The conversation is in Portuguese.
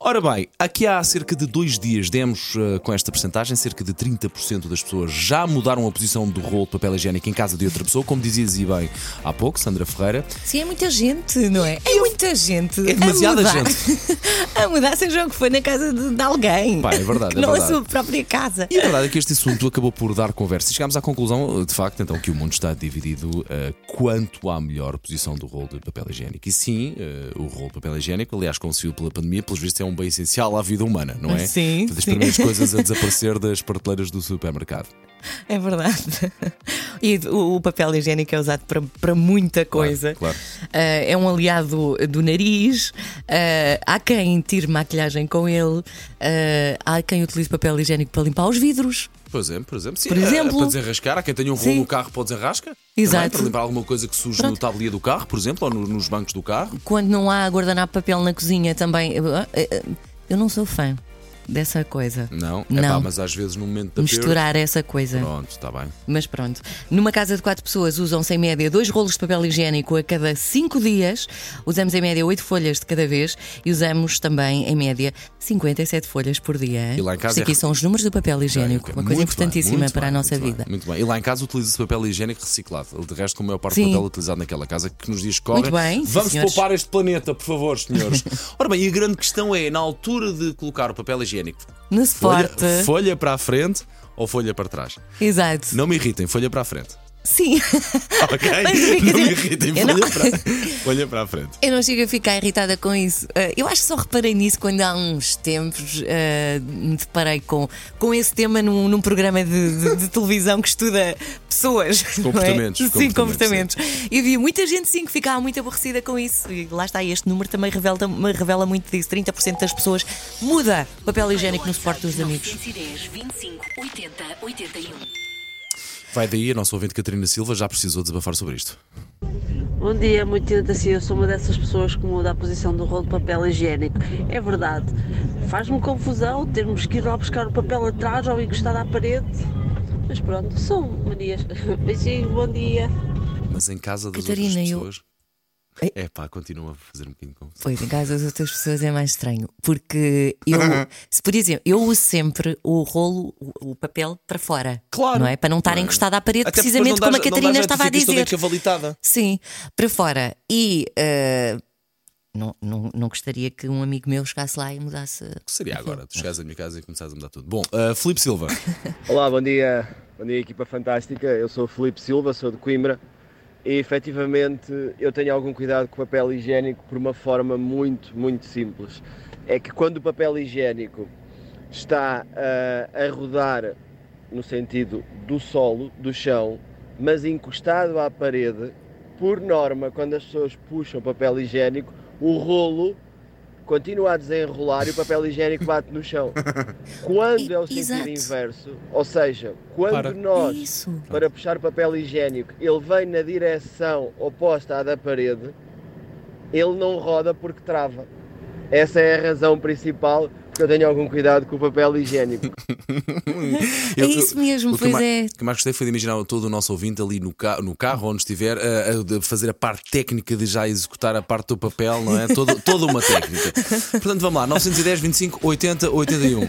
Ora bem, aqui há cerca de dois dias demos eh, com esta percentagem, cerca de 30% das pessoas já mudaram a posição do rolo de papel higiênico em casa de outra pessoa, como dizias e bem há pouco, Sandra Ferreira. Sim, é muita gente, não é? É muita gente. É demasiada a mudar. gente. a mudar, seja o que for, na casa de, de alguém. Pá, é verdade, que é não verdade. a sua própria casa. E a verdade é que este assunto acabou por dar conversa. E chegámos à conclusão, eh, de facto, então, que o mundo está dividido eh, quanto à melhor posição do rolo de papel higiênico. E sim, eh, o rolo de papel higiênico, aliás, conseguiu pela pandemia, pelos vistos, é um bem essencial à vida humana, não é? Sim, Das sim. primeiras coisas a desaparecer das prateleiras do supermercado. É verdade. E o, o papel higiênico é usado para, para muita coisa. claro. Ah, é um aliado do nariz. ah, há quem tire maquilhagem com ele. ah, há quem utilize papel higiênico para limpar os vidros. Por exemplo, por exemplo, sim, Por eh, exemplo. para desenrascar, há quem tenha um rolo Sim. no carro pode desenrasca. Também, Exato. para limpar alguma coisa que surge no tablier do carro, por exemplo, ou no- nos bancos do carro. Quando não há guardanapo de papel na cozinha também. ah, ah, Eu não sou fã dessa coisa. Não, Não. Epá, mas às vezes no momento da Misturar essa coisa. Pronto, está bem. Mas pronto, numa casa de quatro pessoas usam-se em média dois rolos de papel higiênico a cada cinco dias, usamos em média oito folhas de cada vez e usamos também em média 57 folhas por dia. E lá em casa Isto aqui é- são os números do papel higiênico, Ok, uma muito coisa bem, importantíssima muito para bem, a nossa muito bem, vida. muito bem. E lá em casa utiliza-se papel higiênico reciclado. De resto, como é o parte do Sim. papel utilizado naquela casa, que nos dias que correm. Muito bem, sim, Vamos senhores. poupar este planeta, por favor, senhores. Ora bem, e a grande questão é, na altura de colocar o papel higiênico, No folha, suporte. folha para a frente ou folha para trás? Exato. Não me irritem, folha para a frente. Sim. Ok? Mas fica- tipo- Não me irritem, Eu folha, não- para... folha para a frente. Eu não chego a ficar irritada com isso. Eh, Eu acho que só reparei nisso quando há uns tempos eh, me deparei com, com esse tema num, num programa de, de- de televisão que estuda pessoas. não é? comportamentos, os Sim, comportamentos, comportamentos. E havia muita gente sim que ficava muito aborrecida com isso. E lá está, este número também revela, revela muito disso. 30% das pessoas muda o papel higiênico no suporte dos amigos. 910 25 80 81. Vai daí, a nossa ouvinte Catarina Silva já precisou desabafar sobre isto. Bom dia, muito tentativa. Eu sou uma dessas pessoas que muda a posição do rolo de papel higiênico. É verdade. Faz-me confusão termos que ir lá buscar o papel atrás ou encostado à parede. Mas pronto, são manias. Beijinho, bom dia. Mas em casa das Catarina, outras eu- pessoas. É pá, continua a fazer um bocadinho de confusão. Pois, em casa das outras pessoas é mais estranho. Porque eu, se por exemplo, eu uso sempre o rolo, o, o papel para fora. Claro. Não é? Para não estar encostado à parede, Até porque depois precisamente não como a dás- não Catarina dás estava a notificação dizer. da cavalitada. Sim, para fora. E. eh, não, não, não gostaria que um amigo meu chegasse lá e mudasse. O que seria agora? Tu chegares à minha casa e começares a mudar tudo. Bom, ah, Filipe Silva. Olá, bom dia. Bom dia, equipa fantástica. Eu sou o Filipe Silva, sou de Coimbra e efetivamente eu tenho algum cuidado com o papel higiênico por uma forma muito, muito simples. É que quando o papel higiênico está ah, a rodar no sentido do solo, do chão, mas encostado à parede, por norma, quando as pessoas puxam o papel higiênico, o rolo continua a desenrolar e o papel higiênico bate no chão. Quando é o E- sentido exato. inverso, ou seja, quando Para. nós É Isso. para puxar o papel higiênico, ele vem na direção oposta à da parede, ele não roda porque trava. Essa é a razão principal que eu tenho algum cuidado com o papel higiênico. Eu- é isso eu- mesmo, o que pois ma- é. O que mais gostei foi de imaginar todo o nosso ouvinte ali no, ca- no carro, onde estiver, a, a- de fazer a parte técnica de já executar a um parte do papel, não é? Todo- toda uma técnica. Portanto, vamos lá, 910, 25, 80, 81.